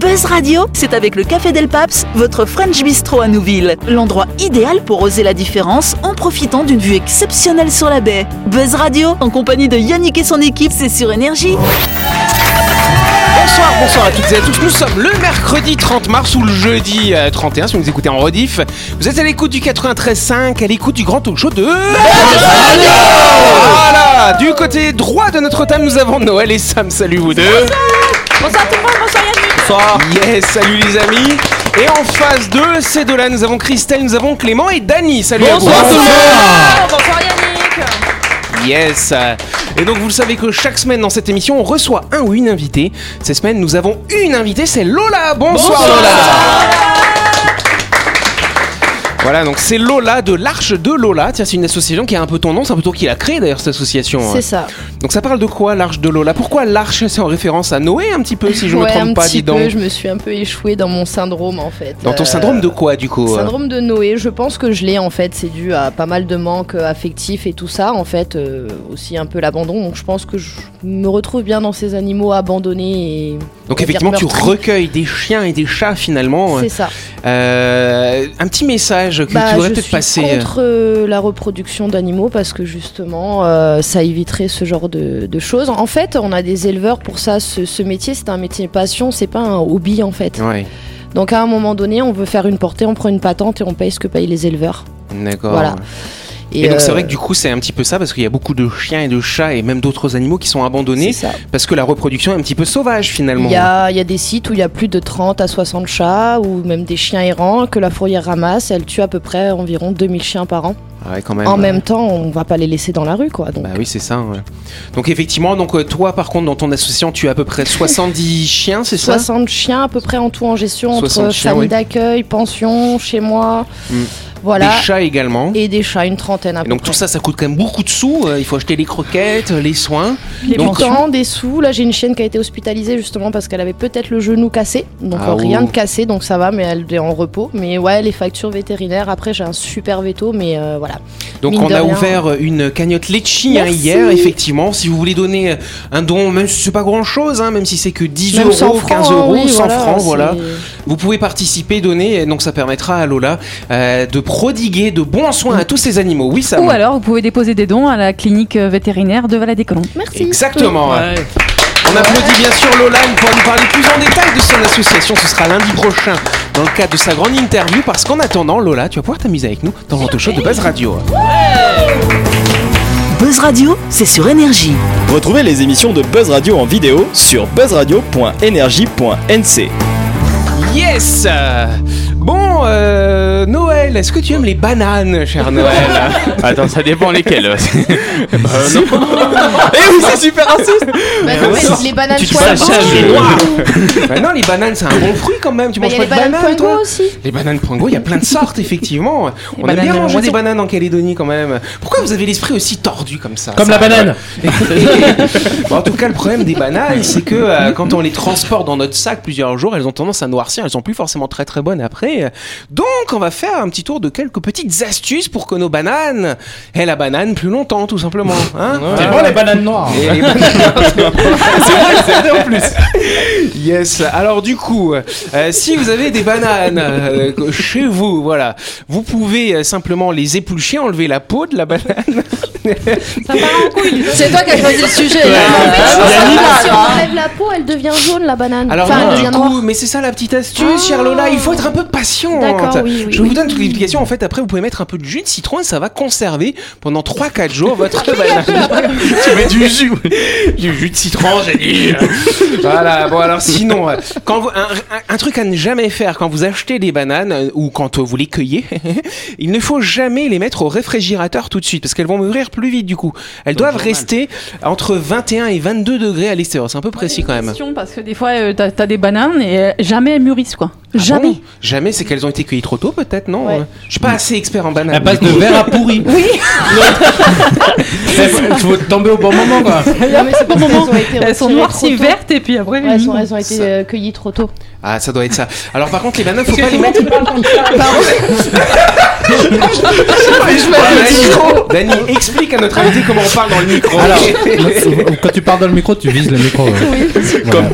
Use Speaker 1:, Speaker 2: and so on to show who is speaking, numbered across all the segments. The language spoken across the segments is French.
Speaker 1: Buzz Radio, c'est avec le Café Del Paps, votre French Bistro à Nouville. L'endroit idéal pour oser la différence en profitant d'une vue exceptionnelle sur la baie. Buzz Radio, en compagnie de Yannick et son équipe, c'est sur Énergie.
Speaker 2: Bonsoir, bonsoir à toutes et à tous. Nous sommes le mercredi 30 mars ou le jeudi euh, 31 si vous nous écoutez en rediff. Vous êtes à l'écoute du 93.5, à l'écoute du grand talk show de... Voilà Du côté droit de notre table, nous avons Noël et Sam. Salut vous deux
Speaker 3: Bonsoir tout le monde, bonsoir Yannick.
Speaker 2: Yes, salut les amis Et en face d'eux, c'est de là, nous avons Christelle, nous avons Clément et Dany. Salut à vous.
Speaker 3: Bonsoir Yannick.
Speaker 2: Yes Et donc vous le savez que chaque semaine dans cette émission, on reçoit un ou une invitée. Cette semaine, nous avons une invitée, c'est Lola Bonsoir, Lola voilà, donc c'est Lola de l'Arche de Lola. Tiens, c'est une association qui a un peu ton nom, c'est un peu toi qui l'a créée d'ailleurs cette association.
Speaker 4: C'est ça.
Speaker 2: Donc ça parle de quoi l'Arche de Lola Pourquoi l'Arche C'est en référence à Noé un petit peu, si je me
Speaker 4: ouais,
Speaker 2: trompe
Speaker 4: un
Speaker 2: pas,
Speaker 4: petit
Speaker 2: dis donc.
Speaker 4: peu, je me suis un peu échouée dans mon syndrome en fait.
Speaker 2: Dans ton
Speaker 4: Euh,
Speaker 2: syndrome de quoi du coup
Speaker 4: Syndrome de Noé, je pense que je l'ai en fait, c'est dû à pas mal de manques euh, affectifs et tout ça en fait, euh, aussi un peu l'abandon. Donc je pense que je me retrouve bien dans ces animaux abandonnés et
Speaker 2: Donc
Speaker 4: on va dire
Speaker 2: effectivement, tu
Speaker 4: meurtris.
Speaker 2: recueilles des chiens et des chats finalement.
Speaker 4: C'est ça.
Speaker 2: Euh, un petit message que
Speaker 4: Bah,
Speaker 2: tu voudrais
Speaker 4: je
Speaker 2: peut-être
Speaker 4: suis
Speaker 2: passer.
Speaker 4: contre euh, la reproduction d'animaux parce que justement, euh, ça éviterait ce genre de, de choses. En fait, on a des éleveurs pour ça. Ce, ce métier, c'est un métier passion, c'est pas un hobby en fait.
Speaker 2: Ouais,
Speaker 4: Donc à un moment donné, on veut faire une portée, on prend une patente et on paye ce que payent les éleveurs.
Speaker 2: d'accord.
Speaker 4: Voilà.
Speaker 2: Et, donc c'est
Speaker 4: euh,
Speaker 2: vrai que du coup c'est un petit peu ça parce qu'il y a beaucoup de chiens et de chats et même d'autres animaux qui sont
Speaker 4: c'est
Speaker 2: abandonnés
Speaker 4: ça.
Speaker 2: parce que la reproduction est un petit peu sauvage finalement.
Speaker 4: Il y, a, il y a des sites où il y a plus de 30 à 60 chats ou même des chiens errants que la fourrière ramasse. Elle tue à peu près environ 2000 chiens par an.
Speaker 2: Ah Ouais, quand même.
Speaker 4: en même temps, on va pas les laisser dans la rue. quoi. Donc,
Speaker 2: Bah oui c'est ça. ouais. Donc effectivement donc euh, toi par contre dans ton association tu as à peu près 70 chiens c'est ça
Speaker 4: 60 chiens à peu près en tout en gestion,
Speaker 2: 60
Speaker 4: entre
Speaker 2: chiens,
Speaker 4: famille
Speaker 2: oui.
Speaker 4: d'accueil, pension, chez moi.
Speaker 2: Mm.
Speaker 4: Voilà.
Speaker 2: Des chats également.
Speaker 4: Et des chats, une trentaine à
Speaker 2: Et
Speaker 4: peu
Speaker 2: donc
Speaker 4: près.
Speaker 2: tout ça ça coûte quand même beaucoup de sous. euh, il faut acheter les croquettes, les soins.
Speaker 4: Des
Speaker 2: donc-
Speaker 4: boutons, des sous. Là, j'ai une chienne qui a été hospitalisée justement parce qu'elle avait peut-être le genou cassé. Donc
Speaker 2: Ah,
Speaker 4: euh, rien
Speaker 2: ouh.
Speaker 4: de cassé, donc ça va, mais elle est en repos. Mais ouais, les factures vétérinaires. Après, j'ai un super veto, mais euh, voilà.
Speaker 2: Donc
Speaker 4: Mine
Speaker 2: on
Speaker 4: de
Speaker 2: a
Speaker 4: rien.
Speaker 2: ouvert euh, une cagnotte Litchi hein,
Speaker 4: Merci.
Speaker 2: hier, effectivement. Si vous voulez donner euh, un don, même si c'est pas grand chose, même si c'est que 10
Speaker 4: Même
Speaker 2: euros,
Speaker 4: 100 francs,
Speaker 2: 15 euros,
Speaker 4: hein, oui,
Speaker 2: 100
Speaker 4: voilà,
Speaker 2: francs,
Speaker 4: c'est-
Speaker 2: voilà. Vous pouvez participer, donner, donc ça permettra à Lola euh, de prodiguer de bons soins à tous ces animaux. Oui, ça
Speaker 3: Ou alors vous pouvez déposer des dons à la clinique euh, vétérinaire de Valais-des-Colons.
Speaker 4: Merci.
Speaker 2: Exactement. On applaudit bien sûr Lola pour nous parler plus en détail de son association. Ce sera lundi prochain dans le cadre de sa grande interview. Parce qu'en attendant, Lola, tu vas pouvoir t'amuser avec nous dans le show de Base Radio.
Speaker 1: Buzz Radio, c'est sur Énergie.
Speaker 5: Retrouvez les émissions de Buzz Radio en vidéo sur buzzradio.energie.nc.
Speaker 2: Yes Bon, euh, Noël, est-ce que tu aimes les bananes, cher Noël
Speaker 6: Attends, ça dépend Euh, lesquels.
Speaker 2: Eh
Speaker 4: Bah, non, mais les bananes
Speaker 6: Tu te
Speaker 4: choix,
Speaker 6: passes
Speaker 4: là-bas.
Speaker 6: ça, je-
Speaker 2: Bah Non, les bananes, c'est un bon fruit quand même. Tu
Speaker 4: Bah, il
Speaker 2: manges
Speaker 4: y a
Speaker 2: pas de
Speaker 4: les bananes
Speaker 2: bananes,
Speaker 4: Pringo
Speaker 2: toi
Speaker 4: aussi.
Speaker 2: Les bananes Pringo, il y a plein de sortes, effectivement. On a
Speaker 3: bananes
Speaker 2: bien
Speaker 3: de la
Speaker 2: mangé des
Speaker 3: moitié.
Speaker 2: bananes en Calédonie quand même. Pourquoi vous avez l'esprit aussi tordu comme ça
Speaker 6: Comme
Speaker 2: ça
Speaker 6: la banane.
Speaker 2: Bon, en tout cas, le problème des bananes, c'est que euh,
Speaker 4: Mm.
Speaker 2: quand on les transporte dans notre sac plusieurs jours, elles ont tendance à noircir. Elles sont plus forcément très très bonnes après. Donc, on va faire un petit tour de quelques petites astuces pour que nos bananes aient la banane plus longtemps, tout simplement. Hein
Speaker 6: C'est bon les bananes noires.
Speaker 2: Et les bananes- c'est vrai, c'est vrai en plus. Yes. Alors du coup, euh, si vous avez des bananes euh, chez vous, voilà, vous pouvez euh, simplement les éplucher, enlever la peau de la banane.
Speaker 4: C'est toi qui as choisi le sujet. là.
Speaker 2: Ah,
Speaker 4: Si on enlève la peau, elle devient jaune la banane.
Speaker 2: Alors
Speaker 4: enfin,
Speaker 2: non,
Speaker 4: elle
Speaker 2: du
Speaker 4: devient
Speaker 2: coup,
Speaker 4: noire.
Speaker 2: mais c'est ça la petite astuce, cher Lola, il faut être un peu patient.
Speaker 4: Ah.
Speaker 2: hein.
Speaker 4: D'accord, oui, oui,
Speaker 2: Je
Speaker 4: oui.
Speaker 2: vous donne toutes les explications. En fait, après, vous pouvez mettre un peu de jus de citron et ça va conserver pendant 3-4 jours votre banane. tu mets du jus, du jus de citron, j'ai dit. voilà, bon, alors sinon, euh, quand vous- un, un- un truc à ne jamais faire quand vous achetez des bananes euh, ou quand euh, vous les cueillez, il ne faut jamais les mettre au réfrigérateur tout de suite parce qu'elles vont mûrir plus vite du coup. Elles doivent rester entre 21 et 22 degrés à l'extérieur. C'est un peu précis quand même.
Speaker 3: Parce que des fois, euh, t'as t'as des bananes et euh, jamais elles mûrissent, quoi. jamais.
Speaker 2: Ah bon jamais, c'est qu'elles ont été cueillies trop tôt, peut-être, non
Speaker 4: Ouais.
Speaker 2: Je suis pas assez expert en bananes.
Speaker 6: Elle passe de vert à pourri. Oui. Il faut tomber au bon moment quoi.
Speaker 4: Non, mais c'est parce qu'elles ont été
Speaker 3: Elles sont
Speaker 4: retirées
Speaker 3: noircies
Speaker 4: trop tôt.
Speaker 3: vertes et puis après.
Speaker 4: Ouais, elles,
Speaker 3: elles
Speaker 4: sont- elles ont été euh, cueillies trop tôt.
Speaker 2: Ah, ça doit être ça. Alors, par contre, les bananes, faut pas les mettre. Pardon. Dani, explique à notre invité comment on parle dans le micro.
Speaker 6: Alors, quand tu parles dans le micro, tu vises le micro. Voilà.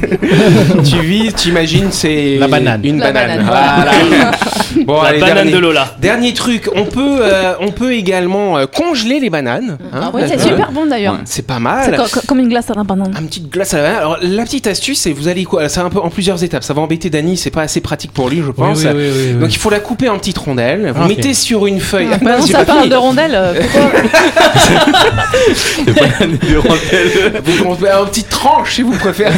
Speaker 2: tu vis, tu imagines, c'est
Speaker 6: La banane.
Speaker 2: Une
Speaker 4: La
Speaker 2: banane.
Speaker 4: banane,
Speaker 2: Voilà. Bon,
Speaker 7: La
Speaker 2: allez,
Speaker 7: banane
Speaker 2: dernier.
Speaker 7: de Lola.
Speaker 2: Dernier truc, on peut, euh, on peut également euh, congeler les bananes. hein,
Speaker 3: Ah oui, c'est
Speaker 2: la banane.
Speaker 3: super bon d'ailleurs.
Speaker 2: C'est pas
Speaker 3: C'est
Speaker 2: mal.
Speaker 3: co- co- comme une glace à la banane.
Speaker 2: Un petite glace à la banane. Alors la petite astuce, c'est vous allez quoi C'est un peu en plusieurs étapes. Ça va embêter Dany, c'est pas assez pratique pour lui, je
Speaker 6: Oui,
Speaker 2: pense.
Speaker 6: oui, oui, oui, oui.
Speaker 2: Donc il faut la couper en petites rondelles. Vous
Speaker 6: Ah, ok.
Speaker 2: mettez sur une feuille. Ah,
Speaker 3: Maintenant,
Speaker 2: mince, j'ai
Speaker 3: ça
Speaker 2: pas
Speaker 3: parle
Speaker 2: fini.
Speaker 3: de rondelles. euh, pourquoi
Speaker 2: Vous con- en petite tranche si vous préférez.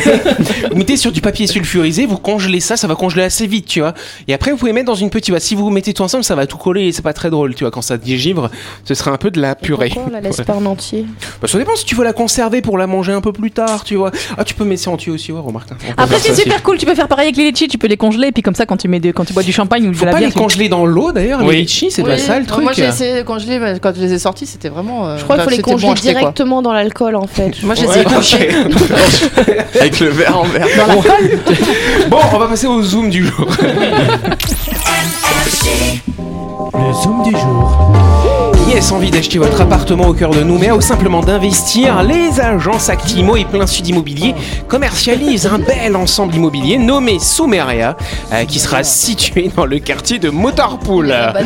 Speaker 2: vous mettez sur du papier sulfurisé, vous congelez ça, ça va congeler assez vite, tu vois. Et après vous pouvez mettre dans une petite. tu vois, si vous mettez tout ensemble, ça va tout coller et c'est pas très drôle, tu vois. Quand ça dégivre, ce sera un peu de la purée.
Speaker 4: Pourquoi on la laisse pas en entier
Speaker 2: Bah, ça dépend si tu veux la conserver pour la manger un peu plus tard, tu vois. Ah tu peux mettre ça en tuyau aussi, ouais, remarque. hein. On peut
Speaker 3: Après,
Speaker 2: faire ça
Speaker 3: c'est
Speaker 2: aussi.
Speaker 3: super cool. Tu peux faire pareil avec les litchis. Tu peux les congeler. Et puis, comme ça, quand tu, mets de- quand tu bois du champagne ou de
Speaker 2: Faut
Speaker 3: la
Speaker 2: pas
Speaker 3: bière,
Speaker 2: les
Speaker 3: tu-
Speaker 2: congeler dans l'eau d'ailleurs, les
Speaker 7: Oui.
Speaker 2: litchis, c'est pas
Speaker 8: Oui.
Speaker 2: ça le truc.
Speaker 8: Moi, j'ai essayé quand je les, quand je les ai sortis, c'était vraiment. euh,
Speaker 4: Je crois qu'il faut les
Speaker 8: c'était bon à
Speaker 4: congeler
Speaker 8: jeter, quoi.
Speaker 4: directement dans l'alcool en fait.
Speaker 8: Moi, j'ai
Speaker 2: Ouais,
Speaker 8: essayé
Speaker 2: ok.
Speaker 5: Avec le verre en verre.
Speaker 2: bon, on va passer au zoom du jour.
Speaker 6: Le zoom du jour.
Speaker 2: Yes, envie d'acheter votre appartement au cœur de Nouméa ou simplement d'investir, les agences Actimo et Plein Sud Immobilier commercialisent un bel ensemble immobilier nommé Soumeria euh, qui sera situé dans le quartier de Motorpool.
Speaker 8: bah,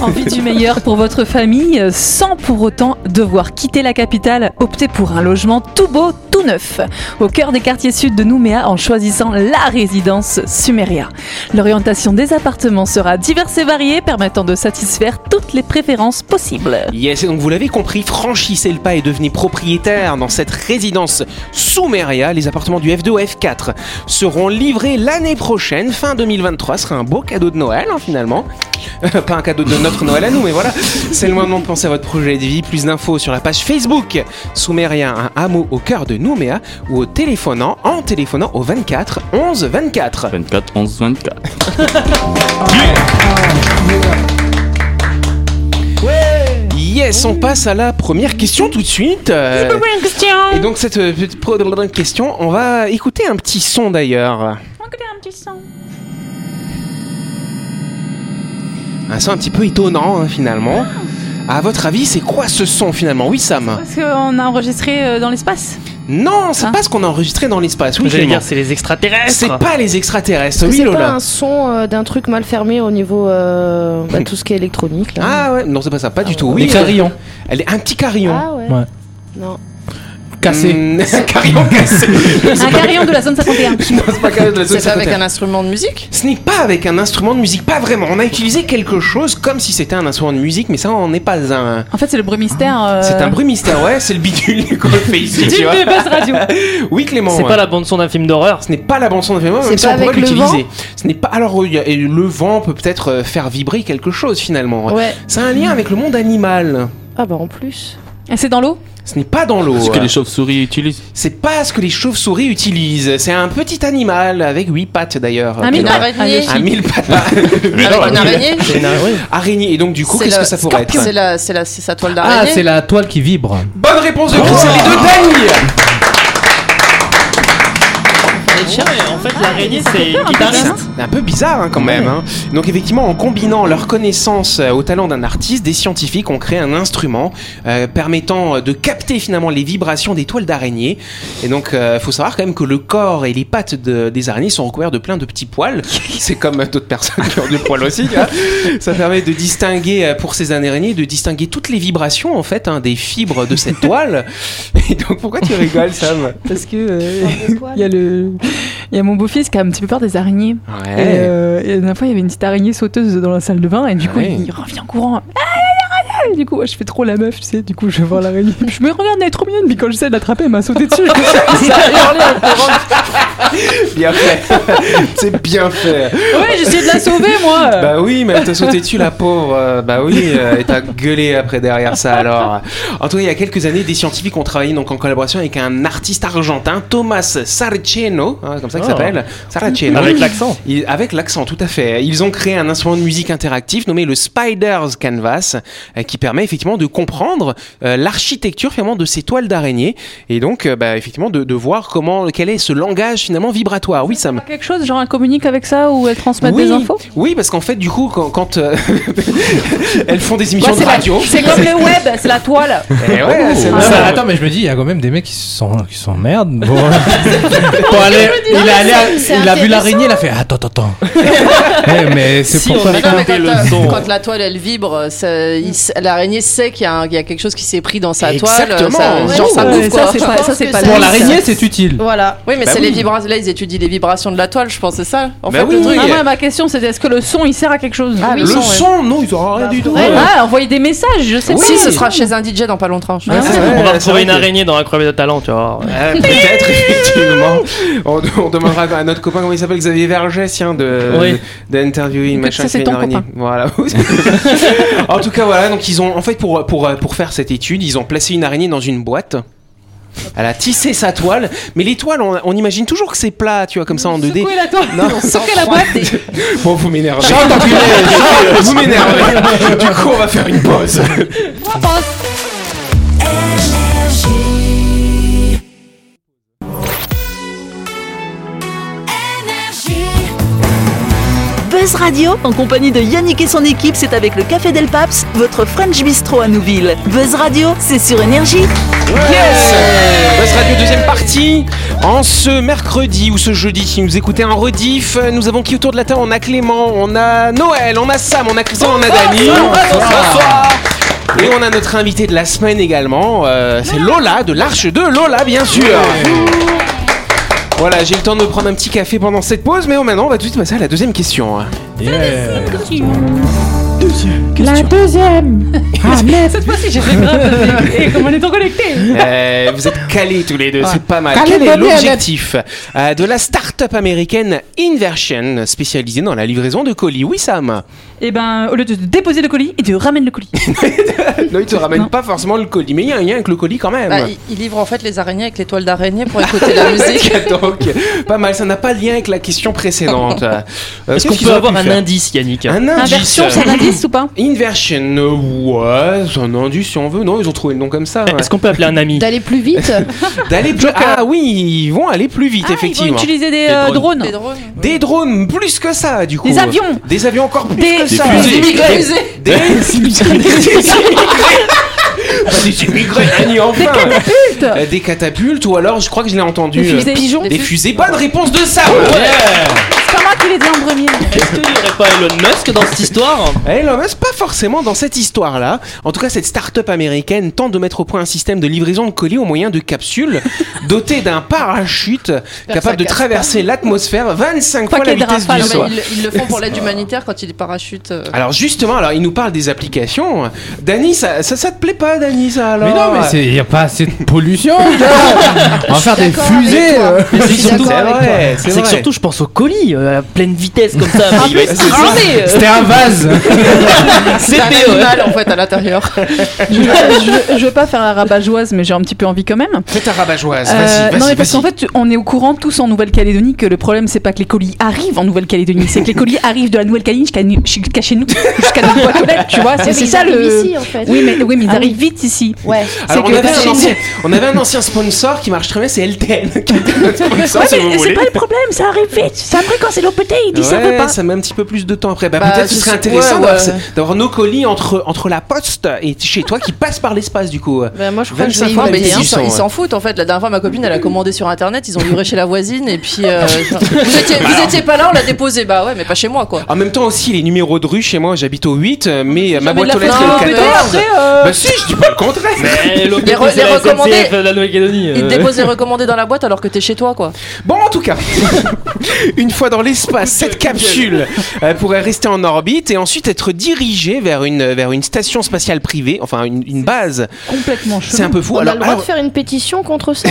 Speaker 3: Envie du meilleur pour votre famille euh, sans pour autant devoir quitter la capitale. Optez pour un logement tout beau, tout neuf, au cœur des quartiers sud de Nouméa en choisissant la résidence Sumeria. L'orientation des appartements sera diverse et variée, permettant de satisfaire toutes les préférences possibles.
Speaker 2: Yes, et donc vous l'avez compris, franchissez le pas et devenez propriétaire dans cette résidence Soumeria. Les appartements du F2 au F4 seront livrés l'année prochaine, fin 2023. Ce sera un beau cadeau de Noël, hein, finalement. pas un cadeau de notre Noël à nous, mais voilà. C'est le moment de penser à votre projet de vie. Plus d'infos sur la page Facebook Soumeria, un hameau au cœur de Nouméa, ou au téléphonant, en téléphonant au 24 11 24.
Speaker 9: 24, 11, 24.
Speaker 2: Yes, on passe à la première question tout de suite. Euh,
Speaker 3: ben,
Speaker 2: Et donc cette euh, petite pro- question, on va écouter un petit son d'ailleurs. Un son un petit peu étonnant hein, finalement. À votre avis, c'est quoi ce son finalement Oui, Sam.
Speaker 3: Parce qu'on a enregistré euh, dans l'espace.
Speaker 2: Non, c'est
Speaker 3: Ah.
Speaker 2: pas ce qu'on a enregistré dans l'espace. Oui,
Speaker 7: J'allais
Speaker 2: Clément.
Speaker 7: dire, c'est les extraterrestres.
Speaker 2: c'est pas les extraterrestres. Oui,
Speaker 4: c'est pas
Speaker 2: Lola.
Speaker 4: un son euh, d'un truc mal fermé au niveau euh, bah, tout ce qui est électronique. Là.
Speaker 2: Ah ouais, non, c'est pas ça, pas du tout.
Speaker 6: Les
Speaker 2: Oui,
Speaker 6: carillons.
Speaker 2: elle est un petit carillon. Hmm.
Speaker 4: Ah, ouais.
Speaker 6: Ouais.
Speaker 4: Non.
Speaker 8: Hmm.
Speaker 6: Cassés.
Speaker 2: Mmh, un carillon cassé.
Speaker 3: Un carillon de la zone 51.
Speaker 2: non, c'est pas carillon de la zone
Speaker 8: C'est pas avec
Speaker 2: 51.
Speaker 8: un instrument de musique
Speaker 2: Ce n'est pas avec un instrument de musique, pas vraiment. On a utilisé quelque chose comme si c'était un instrument de musique, mais ça en est pas un.
Speaker 3: En fait, c'est le bruit mystère. euh,
Speaker 2: C'est un bruit mystère, ouais, c'est le bidule qu'on fait ici, tu
Speaker 3: d'une
Speaker 2: vois.
Speaker 3: des basses radio.
Speaker 2: Oui, Clément.
Speaker 7: C'est
Speaker 2: ouais.
Speaker 7: pas la bande son d'un film d'horreur.
Speaker 2: Ce n'est pas la bande son de film,
Speaker 4: C'est
Speaker 2: même si
Speaker 4: pas
Speaker 2: on pourrait
Speaker 4: avec le
Speaker 2: l'utiliser. Ce n'est pas. Alors, il y a- et le vent peut peut-être euh, faire vibrer quelque chose finalement.
Speaker 4: Ouais.
Speaker 2: C'est un lien avec le monde animal.
Speaker 4: Ah bah en plus.
Speaker 3: Et Ah, C'est dans l'eau
Speaker 2: Ce n'est pas dans l'eau.
Speaker 9: Ce que
Speaker 2: ouais.
Speaker 9: les chauves-souris utilisent.
Speaker 2: C'est pas ce que les chauves-souris utilisent. C'est un petit animal avec huit pattes d'ailleurs.
Speaker 3: Un mille
Speaker 2: Clément.
Speaker 3: pattes.
Speaker 8: araignée.
Speaker 2: Un mille pattes. Ah,
Speaker 8: Avec
Speaker 4: Ah, hein.
Speaker 8: une araignée
Speaker 2: Araignée. Et donc, du coup,
Speaker 8: C'est
Speaker 2: qu'est-ce
Speaker 8: la-
Speaker 2: que ça pourrait être
Speaker 8: C'est
Speaker 4: hein
Speaker 8: la, c'est la, c'est sa toile
Speaker 6: Ah, c'est
Speaker 8: d'araignée.
Speaker 6: la toile qui vibre.
Speaker 2: Bonne réponse de Chris et de Dany
Speaker 7: en fait, l'araignée, c'est
Speaker 3: peur, un peu
Speaker 7: guitariste.
Speaker 2: C'est un peu bizarre hein, quand même. hein. Donc effectivement, en combinant leurs connaissances euh, au talent d'un artiste, des scientifiques ont créé un instrument euh, permettant euh, de capter finalement les vibrations des toiles d'araignée. Et donc, il faut savoir quand même que le corps et les pattes de- des araignées sont recouverts de plein de petits poils. C'est comme euh, d'autres personnes qui ont des poils aussi. tu vois. Ça permet de distinguer euh, pour ces araignées de distinguer toutes les vibrations en fait hein, des fibres de cette toile. Et donc, pourquoi tu rigoles, Sam
Speaker 3: Parce que euh, il y a le, il y a mon beau-fils qui a un petit peu peur des araignées. Et, euh, et la dernière fois, il y avait une petite araignée sauteuse dans la salle de bain, et du coup,
Speaker 2: Ouais.
Speaker 3: il revient en courant. Ah, il y a une araignée Et Du coup, ouais, je fais trop la meuf, tu sais. Du coup, je vais voir l'araignée. Je me regarde, elle est trop mignonne. Puis quand j'essaie de l'attraper, elle m'a sauté dessus. Ça a hurlé.
Speaker 2: Bien fait. C'est bien fait.
Speaker 3: Ouais, j'essayais de la sauver, moi.
Speaker 2: Bah oui, mais elle t'a sauté dessus, la pauvre. Euh, Bah oui, euh, et t'as gueulé après derrière ça alors. En tout cas, il y a quelques années, des scientifiques ont travaillé donc en collaboration avec un artiste argentin, Thomas Saraceno, hein, comme ça qu'il
Speaker 7: Oh.
Speaker 2: s'appelle. Saraceno.
Speaker 7: Avec l'accent.
Speaker 2: Il- avec l'accent, tout à fait. Ils ont créé un instrument de musique interactif nommé le Spider's Canvas, euh, qui permet effectivement de comprendre euh, l'architecture finalement de ces toiles d'araignée et donc euh, bah, effectivement de, de voir comment quel est ce langage finalement vibratoire. Oui, Sam.
Speaker 3: Quelque chose, genre elle communique avec ça ou elle transmet
Speaker 2: oui,
Speaker 3: des infos
Speaker 2: oui, parce qu'en fait, du coup, quand, quand, euh, elles font des émissions
Speaker 3: Ouais, c'est
Speaker 2: de
Speaker 3: la-
Speaker 2: radio,
Speaker 3: C'est comme le web, c'est la toile.
Speaker 2: Eh ouais, c'est
Speaker 6: Ah,
Speaker 2: ça.
Speaker 6: mais attends, mais je me dis, il y a quand même des mecs qui s'emmerdent. Qui s'emmerdent pour- pour aller- il, est allé à-
Speaker 4: c'est
Speaker 6: il a vu
Speaker 4: intéressant.
Speaker 6: l'araignée, il a fait Attends, attends, attends. Eh, mais c'est
Speaker 7: Si,
Speaker 6: pour
Speaker 7: on
Speaker 6: ça.
Speaker 7: est-
Speaker 8: Mais non, mais quand,
Speaker 7: Écoutez le
Speaker 8: euh,
Speaker 2: Oh.
Speaker 7: son.
Speaker 8: quand la toile elle vibre, ça- il s- l'araignée sait qu'il y, a un- qu'il y a quelque chose qui s'est pris dans sa
Speaker 2: Exactement.
Speaker 8: toile. Ça, genre ça
Speaker 3: Ouais,
Speaker 8: bouffe
Speaker 3: ça,
Speaker 8: quoi.
Speaker 3: c'est pas- ça, c'est
Speaker 4: que
Speaker 3: pas
Speaker 4: ça-
Speaker 6: Pour
Speaker 3: la-
Speaker 6: l'araignée, c'est utile.
Speaker 4: Voilà.
Speaker 8: Oui, mais
Speaker 2: Bah
Speaker 8: c'est
Speaker 2: oui.
Speaker 8: les vibrations. Là, ils étudient les vibrations de la toile, je pense, c'est ça. En
Speaker 2: Bah
Speaker 8: fait,
Speaker 2: oui.
Speaker 8: le truc.
Speaker 3: Ah, moi, ma question, c'est est-ce que le son il sert à quelque chose
Speaker 8: Ah,
Speaker 2: Le
Speaker 8: son,
Speaker 2: son,
Speaker 8: ouais.
Speaker 2: non, ils auront rien du tout.
Speaker 3: Ouais, ah, envoyer des messages, je sais
Speaker 2: Oui. Ah.
Speaker 8: Si,
Speaker 3: pas.
Speaker 8: ce sera chez un DJ dans pas longtemps. je pense.
Speaker 2: c'est vrai,
Speaker 7: On va
Speaker 2: c'est vrai
Speaker 7: retrouver une
Speaker 2: que-
Speaker 7: araignée dans Incroyable de Talent, tu vois.
Speaker 2: Euh, Peut-être, effectivement. On, on demandera à notre copain, comment il s'appelle, Xavier Vergès, tiens, de-
Speaker 7: Oui.
Speaker 2: de- d'interviewer
Speaker 3: Peut-être
Speaker 2: machin
Speaker 3: que c'est
Speaker 2: qui est
Speaker 3: ton
Speaker 2: une araignée.
Speaker 3: copain.
Speaker 2: Voilà. en tout cas, voilà. Donc, ils ont, en fait, pour, pour, pour faire cette étude, ils ont placé une araignée dans une boîte. Elle a tissé sa toile, mais les toiles, on, on imagine toujours que c'est plat, tu vois, comme ça en 2D.
Speaker 3: Secouez la toile.
Speaker 2: Non.
Speaker 3: Secouez la boîte.
Speaker 2: Bon, vous m'énervez. vous m'énervez. Du coup, on va faire une pause.
Speaker 1: Buzz Radio, en compagnie de Yannick et son équipe, c'est avec le Café Del Paps, votre French Bistro à Nouville. Buzz Radio, c'est sur Énergie.
Speaker 2: Yes Buzz Radio deuxième partie. En ce mercredi ou ce jeudi, si vous écoutez un rediff, nous avons qui autour de la table On a Clément, on a Noël, on a Sam, on a Christian, on a Dani. Bonsoir. Et on a notre invité de la semaine également, euh, c'est Lola de l'Arche de Lola bien sûr. Voilà, j'ai eu le temps de me prendre un petit café pendant cette pause, mais oh, maintenant on va tout de suite passer à la deuxième question.
Speaker 6: Yeah.
Speaker 3: La deuxième. Ah, Cette fois-ci, j'ai fait grave. Et comme on est en connecté.
Speaker 2: Euh, vous êtes calés tous les deux, c'est pas mal.
Speaker 6: Calés,
Speaker 2: Quel est
Speaker 6: calés,
Speaker 2: l'objectif euh, de la start-up américaine Inversion, spécialisée dans la livraison de colis Oui, Sam
Speaker 3: Et ben, au lieu de déposer le colis, et de ramène le colis.
Speaker 2: Non, ils te ramènent
Speaker 3: Non.
Speaker 2: pas forcément le colis, mais il y a un lien avec le colis quand même.
Speaker 8: Bah, ils, ils livrent en fait les araignées avec les toiles d'araignée pour écouter la musique.
Speaker 2: Donc, pas mal, ça n'a pas de lien avec la question précédente. Euh, qu'est-ce
Speaker 7: Est-ce qu'on
Speaker 2: qu'ils
Speaker 7: peut
Speaker 2: auraient
Speaker 7: avoir
Speaker 2: pu
Speaker 7: un
Speaker 2: faire
Speaker 7: indice, Yannick
Speaker 2: Un indice
Speaker 3: Inversion, c'est un indice ou pas
Speaker 2: Inversion, euh, ouais, c'est un indice si on veut. Non, ils ont trouvé le nom comme ça. ouais.
Speaker 7: Est-ce qu'on peut appeler un ami
Speaker 4: D'aller plus vite.
Speaker 2: D'aller plus... Ah oui, ils vont aller plus vite,
Speaker 3: Ah, Ils
Speaker 2: effectivement.
Speaker 3: vont utiliser des,
Speaker 7: Des
Speaker 3: euh,
Speaker 7: drones.
Speaker 3: drones.
Speaker 8: Les drones.
Speaker 2: Des drones, plus que ça, du coup.
Speaker 3: Des avions.
Speaker 2: Des avions encore plus
Speaker 3: Des-
Speaker 2: que ça.
Speaker 9: Des fusées.
Speaker 8: Immigrés.
Speaker 2: Des Des immigrés, Annie, enfin Euh, Des catapultes, ou alors, je crois que je l'ai entendu.
Speaker 3: Des
Speaker 2: euh,
Speaker 3: fusées.
Speaker 8: pigeons.
Speaker 2: Des fusées. Bonne réponse de ça
Speaker 3: C'est pas moi qui les ai en premier.
Speaker 7: Est-ce qu'il n'y aurait pas Elon Musk dans cette histoire
Speaker 2: Eh, Elon Musk, pas forcément dans cette histoire-là. En tout cas, cette start-up américaine tente de mettre au point un système de livraison de colis au moyen de capsules dotées d'un parachute capable de
Speaker 8: casse
Speaker 2: traverser l'atmosphère 25
Speaker 3: Pas
Speaker 2: fois la
Speaker 3: qu'il y ait des
Speaker 2: vitesse
Speaker 8: Ah
Speaker 2: du
Speaker 8: non,
Speaker 3: rafales,
Speaker 8: mais
Speaker 2: soir.
Speaker 8: ils, ils le font pour l'aide humanitaire quand il y a des parachutes. euh.
Speaker 2: Alors justement, alors il nous parle des applications. Dany, ça, ça, ça te plaît pas, Dany, ça alors
Speaker 6: Mais non, mais c'est- il n'y a pas assez de pollution. gars. On va faire des
Speaker 4: euh, d'accord avec
Speaker 6: fusées.
Speaker 4: toi.
Speaker 6: euh.
Speaker 7: Mais c'est
Speaker 2: C'est
Speaker 7: surtout-
Speaker 2: vrai, c'est
Speaker 7: C'est que
Speaker 2: vrai.
Speaker 7: surtout, je pense au colis euh, à pleine vitesse comme ça.
Speaker 2: Ah,
Speaker 7: mais il va être cramé, euh,
Speaker 6: C'était un vase.
Speaker 8: C'est un
Speaker 7: CP, ouais.
Speaker 8: animal en fait à l'intérieur.
Speaker 3: je, je- je veux pas faire la rabat-joiseuse, mais j'ai un petit peu envie quand même.
Speaker 2: Fais ta rabat-joise,
Speaker 3: Euh,
Speaker 2: vas-y,
Speaker 3: non,
Speaker 2: vas-y,
Speaker 3: mais parce
Speaker 2: vas-y.
Speaker 3: qu'en fait, on est au courant tous en Nouvelle-Calédonie que le problème, c'est pas que les colis arrivent en Nouvelle-Calédonie, c'est que les colis arrivent de la Nouvelle-Calédonie jusqu'à nous- jusqu'à chez nous, jusqu'à notre boîte aux lettres, tu vois. C'est
Speaker 4: Mais
Speaker 3: c'est
Speaker 4: ils
Speaker 3: ça
Speaker 4: arrivent
Speaker 3: le.
Speaker 4: Ici, en fait.
Speaker 3: Oui, mais, oui, mais ils
Speaker 4: Ah oui.
Speaker 3: arrivent vite ici.
Speaker 4: Ouais.
Speaker 2: Alors,
Speaker 3: c'est
Speaker 2: on,
Speaker 3: que-
Speaker 2: avait un
Speaker 3: c'est-
Speaker 2: ancien, on avait un ancien sponsor qui marche très bien, c'est LTN qui était notre sponsor,
Speaker 3: Ouais,
Speaker 2: si Ah, vous
Speaker 3: Ah, mais c'est
Speaker 2: voulez.
Speaker 3: pas le problème, ça arrive vite. C'est après quand c'est l'OPT, ils disent ça veut
Speaker 2: Ouais,
Speaker 3: pas.
Speaker 2: ça met un petit peu plus de temps après. Bah,
Speaker 8: Bah,
Speaker 2: peut-être ce
Speaker 8: je
Speaker 2: serait
Speaker 8: sais-
Speaker 2: intéressant
Speaker 8: ouais,
Speaker 2: d'avoir-
Speaker 8: ouais.
Speaker 2: d'avoir nos colis entre, entre la poste et chez toi qui passe par l'espace du coup.
Speaker 8: Ben, moi je crois que je hein.
Speaker 2: 25
Speaker 8: vais y
Speaker 2: fois,
Speaker 8: voir,
Speaker 2: mais
Speaker 8: mais
Speaker 2: ils
Speaker 8: ils
Speaker 2: sont,
Speaker 8: s'en- ils
Speaker 2: ouais.
Speaker 8: s'en foutent en fait. La dernière fois, ma copine elle a commandé sur internet, ils ont livré chez la voisine et puis euh, vous, étiez, vous étiez pas là, on l'a déposé. Bah ouais, mais pas chez moi quoi.
Speaker 2: En même temps aussi les numéros de rue chez moi, j'habite au 8 mais ma boîte aux
Speaker 8: de la
Speaker 2: lettres
Speaker 8: photo
Speaker 2: est au
Speaker 8: au
Speaker 2: 14.
Speaker 3: Après, euh,
Speaker 2: Bah si, je dis pas le contraire.
Speaker 7: Eh, l'OPT,
Speaker 8: Les re-
Speaker 7: c'est
Speaker 8: les
Speaker 7: la
Speaker 8: recommandés-
Speaker 7: SNCF de la Nouvelle-Calédonie.
Speaker 8: Ils
Speaker 7: euh.
Speaker 8: te déposent les recommandés dans la boîte alors que t'es chez toi quoi.
Speaker 2: Bon, en tout cas, une fois dans l'espace, cette capsule euh, pourrait rester en orbite et ensuite être dirigée vers une, vers une station spatiale privée, enfin une, une base.
Speaker 3: complètement
Speaker 2: C'est
Speaker 3: chelou.
Speaker 2: un peu fou.
Speaker 4: On a
Speaker 2: Alors,
Speaker 4: le droit de
Speaker 2: alors,
Speaker 4: faire une pétition contre ça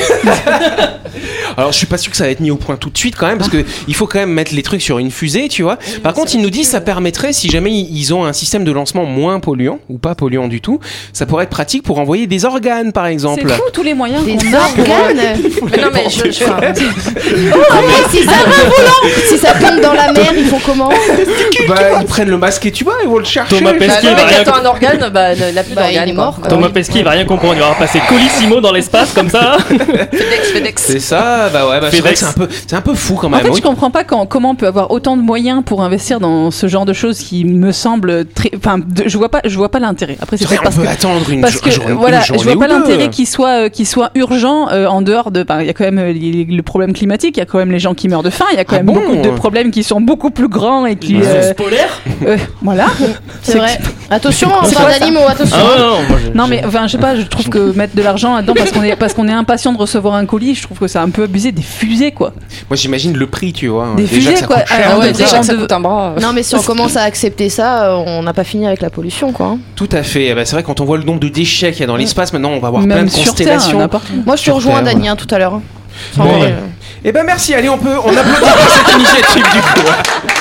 Speaker 2: alors, je suis pas sûr que ça va être mis au point tout de suite quand même, parce
Speaker 3: Ah.
Speaker 2: que il faut quand même mettre les trucs sur une fusée, tu vois. Par contre, ils nous disent ça permettrait, si jamais ils ils ont un système de lancement moins polluant ou pas polluant du tout, ça pourrait être pratique pour envoyer des organes, par exemple.
Speaker 3: C'est fou tous les moyens
Speaker 4: Des
Speaker 3: qu'on a.
Speaker 4: organes Ah,
Speaker 8: Mais non mais je, je- enfin,
Speaker 4: Mais si ça Si ça tombe dans la mer, ils font comment
Speaker 2: Bah, ils prennent le masque et tu vois, ils vont le chercher.
Speaker 7: Thomas Pesquet,
Speaker 8: bah, non,
Speaker 7: bah,
Speaker 8: mais
Speaker 7: rien
Speaker 8: quand t'as un organe, bah le- la plus
Speaker 4: Bah, il
Speaker 8: d'organe
Speaker 4: est
Speaker 8: quoi.
Speaker 4: mort, quoi.
Speaker 7: Thomas Pesquet, il va rien comprendre. Il va avoir passé colissimo dans l'espace comme ça.
Speaker 8: FedEx, FedEx.
Speaker 2: C'est ça, Ah, bah ouais, bah, c'est vrai
Speaker 9: FedEx.
Speaker 2: que c'est un peu, c'est un peu fou quand
Speaker 3: En
Speaker 2: même.
Speaker 3: fait,
Speaker 2: oui.
Speaker 3: je comprends pas quand- comment on peut avoir autant de moyens pour investir dans ce genre de choses qui me semble très. Enfin, de- je vois pas, je vois pas l'intérêt. Après, c'est
Speaker 2: Après,
Speaker 3: peut-être
Speaker 2: on
Speaker 3: parce
Speaker 2: peut
Speaker 3: que.
Speaker 2: attendre une,
Speaker 3: Parce
Speaker 2: jo-
Speaker 3: que
Speaker 2: un jour- une
Speaker 3: voilà, je
Speaker 2: journée
Speaker 3: vois
Speaker 2: ou
Speaker 3: pas
Speaker 2: deux.
Speaker 3: l'intérêt qu'il soit, euh, qu'il soit urgent euh, en dehors de. ben, Il y a quand même euh, les- le problème climatique, il y a quand même les gens qui meurent de faim, il y a quand
Speaker 2: Ah
Speaker 3: même
Speaker 2: bon
Speaker 3: beaucoup de problèmes qui sont beaucoup plus grands et qui. euh,
Speaker 7: Polaire
Speaker 3: euh, voilà.
Speaker 4: C'est vrai. Attention, on
Speaker 3: C'est
Speaker 4: parle
Speaker 3: quoi, ça
Speaker 4: d'animaux, attention.
Speaker 7: Ah ouais, non, moi, je-
Speaker 3: Non mais enfin je sais pas, je trouve que mettre de l'argent là-dedans parce qu'on est parce qu'on est impatient de recevoir un colis, je trouve que c'est un peu abusé des fusées quoi.
Speaker 2: Moi, j'imagine le prix, tu vois.
Speaker 3: Des
Speaker 2: Déjà que
Speaker 3: fusées,
Speaker 2: ça
Speaker 3: quoi.
Speaker 2: coûte cher.
Speaker 3: Ah
Speaker 8: Ah ouais, déjà
Speaker 3: on devrait-
Speaker 8: que ça
Speaker 3: on
Speaker 8: coûte un bras.
Speaker 4: Non, mais si on commence à accepter ça, euh, on n'a pas fini avec la pollution, quoi. hein.
Speaker 2: Tout à fait. Eh ben, c'est vrai, quand on voit le nombre de déchets qu'il y a dans l'espace, maintenant, on va avoir plein
Speaker 3: Même
Speaker 2: de
Speaker 3: sur Terre,
Speaker 2: constellations.
Speaker 3: n'importe où.
Speaker 4: Moi, je te
Speaker 2: Sur
Speaker 4: rejoins,
Speaker 2: Terre,
Speaker 4: Dany, hein, tout à l'heure. hein. Enfin,
Speaker 6: Bon.
Speaker 4: en vrai, euh,
Speaker 2: Eh ben merci, allez on peut on applaudit pour cette initiative du coup. hein.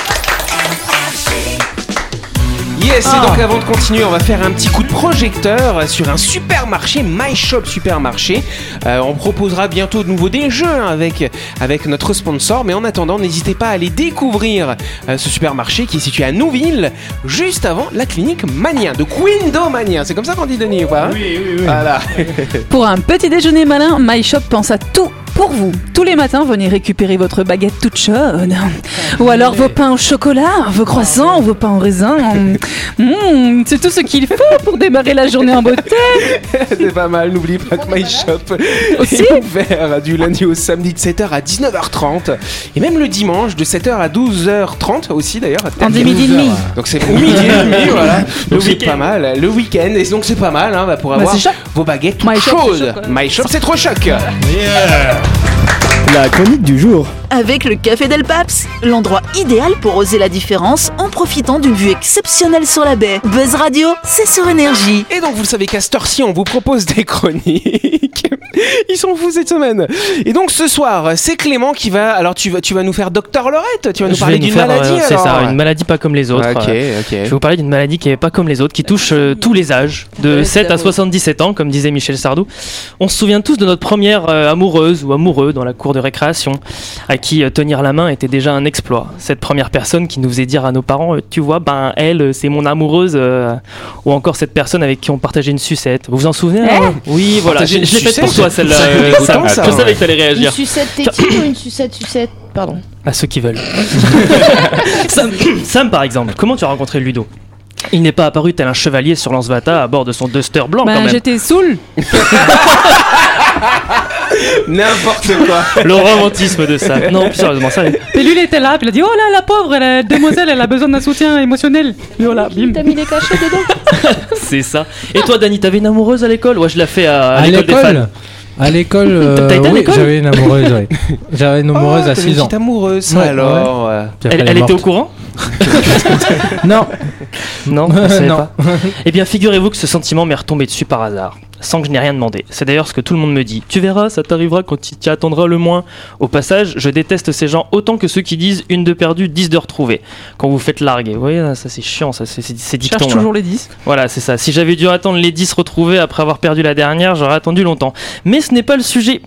Speaker 2: Yes, et
Speaker 5: Ah.
Speaker 2: donc avant de continuer, on va faire un petit coup de projecteur sur un supermarché, My Shop Supermarché. Euh, on proposera bientôt de nouveau des jeux hein, avec, avec notre sponsor, mais en attendant, n'hésitez pas à aller découvrir euh, ce supermarché qui est situé à Nouville, juste avant la clinique Mania, de Quindo Mania. C'est comme ça qu'on dit Denis ou pas hein
Speaker 5: Oui, oui, oui.
Speaker 2: Voilà.
Speaker 3: Pour un petit déjeuner malin, My Shop pense à tout pour vous. Tous les matins, venez récupérer votre baguette toute chaude. Ou alors vos pains au chocolat, vos croissants, vos pains au raisin. Mmh, c'est tout ce qu'il faut pour démarrer la journée en beauté.
Speaker 2: C'est pas mal, n'oublie pas que My Shop
Speaker 3: Aussi.
Speaker 2: est ouvert du lundi au samedi de 7h à 19h30 et même le dimanche de 7h à 12h30 aussi d'ailleurs. à
Speaker 3: En
Speaker 2: Terre.
Speaker 3: demi demi.
Speaker 2: Donc c'est au midi et demi, voilà.
Speaker 9: Le
Speaker 2: Le week
Speaker 9: week-end.
Speaker 2: pas mal, le week-end et donc c'est pas mal hein, bah, pour avoir
Speaker 3: c'est choc.
Speaker 2: vos baguettes
Speaker 3: My Shop, c'est
Speaker 2: chaudes.
Speaker 3: choc, ouais.
Speaker 2: My Shop c'est trop choc.
Speaker 7: La chronique du jour.
Speaker 1: Avec le Café Del Paps, l'endroit idéal pour oser la différence en profitant d'une vue exceptionnelle sur la baie. Buzz Radio, c'est sur énergie.
Speaker 2: Et donc, vous le savez qu'à cette heure-ci, on vous propose des chroniques. Ils sont fous cette semaine. Et donc, ce soir, c'est Clément qui va. Alors, tu vas, tu vas nous faire Docteur Lorette. Tu vas nous
Speaker 7: Je
Speaker 2: parler
Speaker 7: vais
Speaker 2: d'une
Speaker 7: faire,
Speaker 2: maladie.
Speaker 7: euh, C'est
Speaker 2: alors.
Speaker 7: ça, une maladie pas comme les autres.
Speaker 2: Ok,
Speaker 7: Euh,
Speaker 2: ok.
Speaker 7: Je vais vous parler d'une maladie qui est pas comme les autres, qui touche euh, tous les âges, de
Speaker 8: Ouais,
Speaker 7: 7 à
Speaker 8: zéro.
Speaker 7: 77 ans, comme disait Michel Sardou. On se souvient tous de notre première euh, amoureuse ou amoureux dans la cour de récréation, à qui euh, tenir la main était déjà un exploit. Cette première personne qui nous faisait dire à nos parents, euh, tu vois, ben elle, euh, c'est mon amoureuse, euh, ou encore cette personne avec qui on partageait une sucette. Vous vous en souvenez hein Oui, voilà,
Speaker 2: Partager
Speaker 7: je, je
Speaker 2: une
Speaker 7: l'ai faite pour
Speaker 2: sucette
Speaker 7: toi celle-là.
Speaker 2: Ça
Speaker 7: euh,
Speaker 2: fait longtemps,
Speaker 7: Sam.
Speaker 2: ça,
Speaker 7: je
Speaker 2: ouais.
Speaker 7: savais que t'allais
Speaker 4: Une
Speaker 7: réagir.
Speaker 4: sucette tétine ou une sucette sucette Pardon.
Speaker 7: À ceux qui veulent. Sam, Sam, par exemple, comment tu as rencontré Ludo il n'est pas apparu tel un chevalier sur Lancevata à bord de son Duster blanc quand
Speaker 3: Ben,
Speaker 7: même.
Speaker 3: j'étais saoul.
Speaker 2: N'importe quoi.
Speaker 7: Le romantisme de ça. Non, plus sérieusement, ça.
Speaker 3: Pellule était là, puis il a dit Oh là, la pauvre elle a- demoiselle, elle a besoin d'un soutien émotionnel. Et voilà, bim.
Speaker 4: T'as mis les cachets dedans
Speaker 7: C'est ça. Et toi, Dani, t'avais une amoureuse à l'école Ouais, je l'ai fait à, à
Speaker 6: À
Speaker 7: l'école des fans.
Speaker 6: l'école À l'école, euh,
Speaker 7: T'as- t'as été à
Speaker 6: oui,
Speaker 7: l'école
Speaker 6: j'avais une amoureuse, ouais. J'avais une amoureuse
Speaker 2: Oh,
Speaker 7: Ah,
Speaker 6: à
Speaker 2: t'avais
Speaker 6: 6
Speaker 2: une
Speaker 6: ans.
Speaker 2: petite amoureuse, ça,
Speaker 6: Ouais,
Speaker 2: alors. euh.
Speaker 6: Puis après,
Speaker 7: Elle,
Speaker 6: est
Speaker 7: elle était au
Speaker 6: morte.
Speaker 7: courant
Speaker 6: Non,
Speaker 7: Non, vous savez
Speaker 6: Non.
Speaker 7: pas. Eh bien, figurez-vous que ce sentiment m'est retombé dessus par hasard, sans que je n'ai rien demandé. C'est d'ailleurs ce que tout le monde me dit. Tu verras, ça t'arrivera quand tu t'y attendras le moins. Au passage, je déteste ces gens autant que ceux qui disent une de perdue, dix de retrouvée. Quand vous faites larguer, vous voyez, ça c'est chiant, ça c'est c'est dicton.
Speaker 3: Cherche toujours les 10.
Speaker 7: Voilà, c'est ça. Si j'avais dû attendre les 10 retrouvés après avoir perdu la dernière, j'aurais attendu longtemps. Mais ce n'est pas le sujet.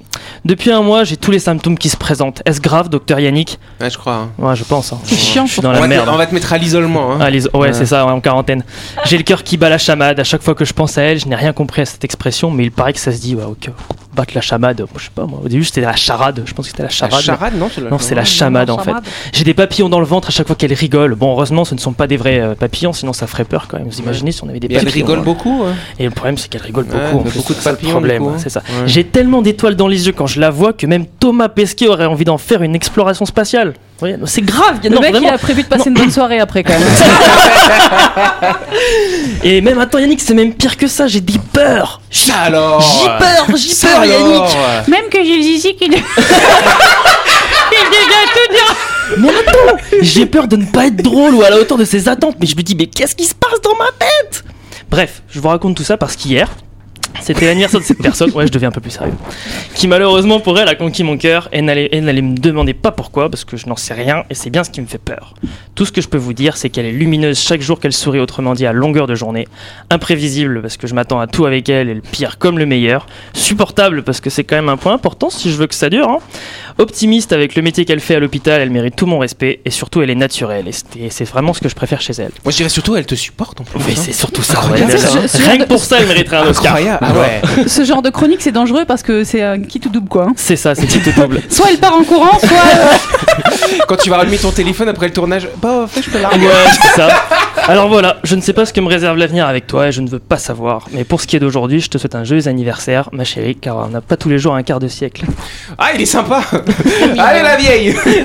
Speaker 7: Depuis un mois, j'ai tous les symptômes qui se présentent. Est-ce grave, docteur Yannick
Speaker 2: Ouais, je crois. hein.
Speaker 7: Ouais, je pense. hein.
Speaker 3: C'est chiant.
Speaker 7: Je suis dans
Speaker 2: on,
Speaker 7: la
Speaker 2: va te,
Speaker 7: merde.
Speaker 2: on va te mettre à l'isolement. hein.
Speaker 7: Ah, les- Ouais,
Speaker 2: Ouais.
Speaker 7: c'est ça, ouais, en quarantaine. J'ai le cœur qui bat la chamade. À chaque fois que je pense à elle, je n'ai rien compris à cette expression, mais il paraît que ça se dit, ouais, au cœur, battre la chamade. Moi, Je sais pas, moi. Au début, c'était la charade. Je pense que c'était la charade.
Speaker 2: La
Speaker 7: mais-
Speaker 2: charade, non
Speaker 7: Non, c'est la chamade en fait. J'ai des papillons dans le ventre à chaque fois qu'elle rigole. Bon, heureusement, ce ne sont pas des vrais euh, papillons, sinon ça ferait peur quand même. Vous imaginez si on avait des
Speaker 2: Mais elle
Speaker 7: papillons.
Speaker 2: rigole
Speaker 7: hein.
Speaker 2: beaucoup. hein.
Speaker 7: Et le problème, c'est qu'elle rigole beaucoup.
Speaker 2: Ouais,
Speaker 7: en
Speaker 2: mais
Speaker 7: plus.
Speaker 2: beaucoup de
Speaker 7: C'est ça le
Speaker 2: papillons,
Speaker 7: problème, hein.
Speaker 2: du coup. hein.
Speaker 7: c'est ça.
Speaker 2: Ouais.
Speaker 7: J'ai tellement d'étoiles dans les yeux quand je la vois que même Thomas Pesquet aurait envie d'en faire une exploration spatiale. Vous voyez, non, C'est grave, il y a-
Speaker 3: Le
Speaker 7: non,
Speaker 3: mec,
Speaker 7: vraiment.
Speaker 3: il a prévu de passer une bonne soirée après quand même.
Speaker 7: Et même attends, Yannick, c'est même pire que ça. J'ai des peurs. J'ai
Speaker 2: Ça alors euh,
Speaker 7: j'ai peur, j'ai peur, Yannick.
Speaker 3: Même que j'ai Zizi qui. Il devient tout dur.
Speaker 7: Mais attends, j'ai peur de ne pas être drôle ou à la hauteur de ses attentes. Mais je me dis, mais qu'est-ce qui se passe dans ma tête Bref, je vous raconte tout ça parce qu'hier, c'était l'anniversaire de cette personne. Ouais, je deviens un peu plus sérieux. Qui malheureusement pour elle a conquis mon cœur et n'allait et n'allait me demander pas pourquoi parce que je n'en sais rien et c'est bien ce qui me fait peur. Tout ce que je peux vous dire, c'est qu'elle est lumineuse chaque jour qu'elle sourit, autrement dit à longueur de journée. Imprévisible parce que je m'attends à tout avec elle et le pire comme le meilleur. Supportable parce que c'est quand même un point important si je veux que ça dure. hein. Optimiste avec le métier qu'elle fait à l'hôpital, elle mérite tout mon respect et surtout elle est naturelle. Et c'est- Et c'est vraiment ce que je préfère chez elle.
Speaker 2: Moi, je dirais surtout, elle te supporte en plus.
Speaker 7: Mais
Speaker 2: hein.
Speaker 7: c'est surtout ça.
Speaker 2: Incroyable.
Speaker 7: ouais,
Speaker 3: Ça,
Speaker 7: déjà.
Speaker 3: ce- ce
Speaker 7: Rien
Speaker 3: genre
Speaker 7: que pour ça, elle mériterait un Oscar.
Speaker 2: Incroyable. Ah ouais.
Speaker 3: Ce genre de chronique, c'est dangereux parce que c'est un qui tout double quoi. hein.
Speaker 7: C'est ça, c'est tout double.
Speaker 3: Soit elle part en courant, soit. euh,
Speaker 2: Quand tu vas rallumer ton téléphone après le tournage, bah, en fait, je peux la
Speaker 7: Ouais, c'est ça. Alors voilà, je ne sais pas ce que me réserve l'avenir avec toi et je ne veux pas savoir. Mais pour ce qui est d'aujourd'hui, je te souhaite un joyeux anniversaire, ma chérie, car on n'a pas tous les jours un quart de siècle.
Speaker 2: Ah, il est sympa. Allez, la vieille.
Speaker 7: Merci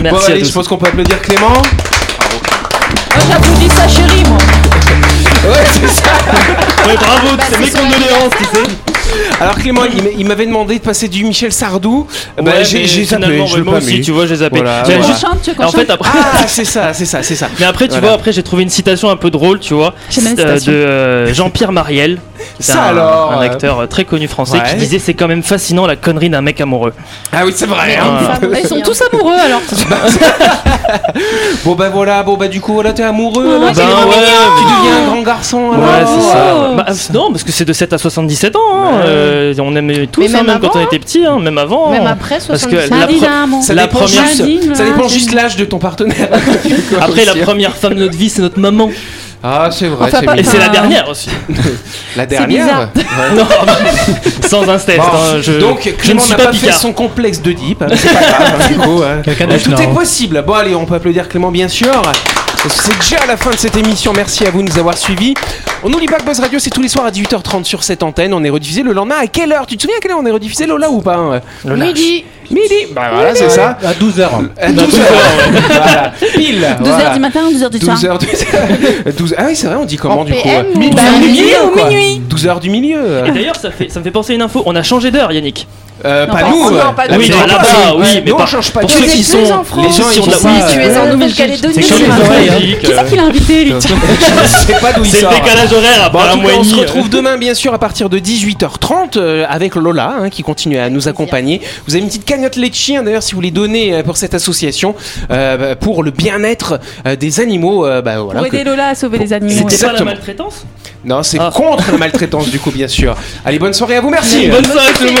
Speaker 2: Bon,
Speaker 7: à
Speaker 2: allez,
Speaker 7: tous.
Speaker 2: je pense qu'on peut applaudir Clément.
Speaker 8: Moi, j'applaudis sa chérie, moi.
Speaker 2: Ouais, c'est ça.
Speaker 7: Ouais, bravo,
Speaker 8: Bah,
Speaker 7: c'est
Speaker 8: c'est
Speaker 7: mes
Speaker 8: son
Speaker 7: condoléances, tu sais.
Speaker 2: Alors Clément, il m'a- il m'avait demandé de passer du Michel Sardou. Bah,
Speaker 7: Ouais, mais
Speaker 2: j'ai j'ai zappé,
Speaker 7: finalement,
Speaker 2: je l'ai
Speaker 7: moi
Speaker 2: pas
Speaker 7: aussi,
Speaker 2: mis.
Speaker 7: tu vois, j'ai zappé.
Speaker 2: Voilà,
Speaker 7: J'avais
Speaker 2: voilà.
Speaker 7: juste-
Speaker 3: chante, tu veux qu'on
Speaker 7: En
Speaker 3: chante
Speaker 7: fait, après.
Speaker 2: Ah, c'est ça, c'est ça, c'est ça.
Speaker 7: Mais après, tu
Speaker 2: Voilà.
Speaker 7: vois, après j'ai trouvé une citation un peu drôle, tu vois,
Speaker 3: J'aime la
Speaker 7: euh, de
Speaker 3: citation.
Speaker 7: euh, Jean-Pierre Mariel, qui est
Speaker 2: Ça
Speaker 7: un,
Speaker 2: alors,
Speaker 7: un
Speaker 2: ouais.
Speaker 7: acteur euh, très connu français, qui
Speaker 2: Ouais.
Speaker 7: disait c'est quand même fascinant la connerie d'un mec amoureux.
Speaker 2: Ah oui, c'est vrai.
Speaker 8: Mais
Speaker 2: hein.
Speaker 8: une femme
Speaker 3: euh, Ils
Speaker 8: aussi,
Speaker 3: sont
Speaker 8: hein.
Speaker 3: tous amoureux alors.
Speaker 2: Bon bah voilà, bon bah du coup voilà, t'es amoureux.
Speaker 3: Oh,
Speaker 2: alors,
Speaker 3: c'est
Speaker 2: tu
Speaker 3: trop
Speaker 2: deviens-
Speaker 7: ouais,
Speaker 2: Tu deviens un grand garçon.
Speaker 7: Ouais,
Speaker 2: alors.
Speaker 7: c'est ça.
Speaker 3: Oh.
Speaker 7: Bah, euh, non, parce que c'est de 7 à 77 ans. hein,
Speaker 2: Ouais.
Speaker 7: euh, on aimait tous,
Speaker 4: Mais
Speaker 7: hein, même,
Speaker 4: même
Speaker 7: quand
Speaker 4: avant,
Speaker 7: on était petit, hein, même avant.
Speaker 4: Même après 70
Speaker 7: que la-
Speaker 3: Mardi,
Speaker 7: pre-
Speaker 3: là, mon-
Speaker 2: Ça
Speaker 7: La
Speaker 2: dépend
Speaker 7: première-
Speaker 2: juste,
Speaker 3: Nadine,
Speaker 2: ça dépend
Speaker 3: là,
Speaker 2: juste
Speaker 3: c'est-
Speaker 2: l'âge de ton partenaire.
Speaker 7: Après, la
Speaker 2: Aussi, hein.
Speaker 7: première femme de notre vie, c'est notre maman.
Speaker 2: Ah c'est vrai,
Speaker 3: Enfin,
Speaker 2: c'est
Speaker 3: pas-
Speaker 7: Et
Speaker 2: mignon.
Speaker 7: c'est la dernière aussi.
Speaker 2: la dernière. Ouais.
Speaker 7: non, sans inceste.
Speaker 2: Bon,
Speaker 7: hein, je, je
Speaker 2: donc Clément
Speaker 7: ne suis
Speaker 2: n'a
Speaker 7: pas
Speaker 2: pas fait
Speaker 7: picard.
Speaker 2: son complexe de dip. C'est pas grave. hein, du coup, hein.
Speaker 6: Quelqu'un
Speaker 2: Ouais,
Speaker 6: de
Speaker 2: tout
Speaker 6: Schnorr.
Speaker 2: est possible. Bon, allez, on peut applaudir Clément, bien sûr. C'est déjà la fin de cette émission. Merci à vous de nous avoir suivis. On n'oublie pas que Buzz Radio, c'est tous les soirs à 18h30 sur cette antenne. On est rediffusé le lendemain. À quelle heure Tu te souviens à quelle heure on est rediffusé Lola ou pas hein
Speaker 7: Le lâche.
Speaker 4: Midi.
Speaker 2: Midi. Bah voilà, c'est ça.
Speaker 6: À 12h.
Speaker 2: À 12h. Ah, voilà. Pile. 2h
Speaker 3: 2h du matin, 2h du soir.
Speaker 2: 12h, 12 Ah oui, c'est vrai, on dit comment
Speaker 4: En
Speaker 2: du coup euh,
Speaker 4: PM ou-
Speaker 2: Midi
Speaker 4: Bah,
Speaker 2: du
Speaker 4: minuit
Speaker 2: milieu,
Speaker 4: ou
Speaker 2: quoi.
Speaker 4: minuit.
Speaker 2: 12h du milieu.
Speaker 7: Et d'ailleurs, ça, fait- ça me fait penser à une info. On a changé d'heure, Yannick.
Speaker 2: Euh, pas
Speaker 3: Non,
Speaker 2: nous.
Speaker 8: non, pas
Speaker 2: Ah
Speaker 8: nous.
Speaker 7: Oui,
Speaker 2: c'est
Speaker 7: mais
Speaker 2: pas-
Speaker 7: là-bas, oui,
Speaker 2: ouais,
Speaker 7: mais
Speaker 2: nous, on
Speaker 7: par-
Speaker 2: change pas
Speaker 7: Pour
Speaker 2: de
Speaker 4: Vous
Speaker 7: ceux
Speaker 4: êtes
Speaker 7: qui
Speaker 4: plus
Speaker 7: sont-
Speaker 4: en
Speaker 7: les
Speaker 4: France.
Speaker 7: gens, ils
Speaker 4: Oui,
Speaker 7: sont là-
Speaker 2: oui,
Speaker 4: tu
Speaker 2: euh,
Speaker 4: es en
Speaker 2: ouais.
Speaker 4: Nouvelle-Calédonie.
Speaker 7: C'est que les oreilles, hein.
Speaker 3: Qui c'est qu'il a invité lui tiens
Speaker 2: Je sais pas d'où il
Speaker 7: C'est
Speaker 2: sort.
Speaker 7: le décalage horaire
Speaker 2: Bon,
Speaker 7: après
Speaker 2: en
Speaker 7: un
Speaker 2: tout
Speaker 7: mois
Speaker 2: cas,
Speaker 7: et
Speaker 2: on se
Speaker 7: demi. euh.
Speaker 2: retrouve demain, bien sûr, à partir de 18h30 euh, avec Lola, hein, qui continue à nous accompagner. Vous avez une petite cagnotte Letchi, hein, d'ailleurs, si vous voulez donner euh, pour cette association, euh, bah, pour le bien-être euh, des animaux. euh, bah, voilà,
Speaker 3: Pour
Speaker 2: que-
Speaker 3: aider Lola à sauver les animaux.
Speaker 7: C'était pas la
Speaker 2: Exactement.
Speaker 7: maltraitance
Speaker 2: Non, c'est
Speaker 7: Ah.
Speaker 2: contre la maltraitance, du coup, bien sûr. Allez, bonne soirée à vous, merci.
Speaker 7: Bonne soirée à tout le monde.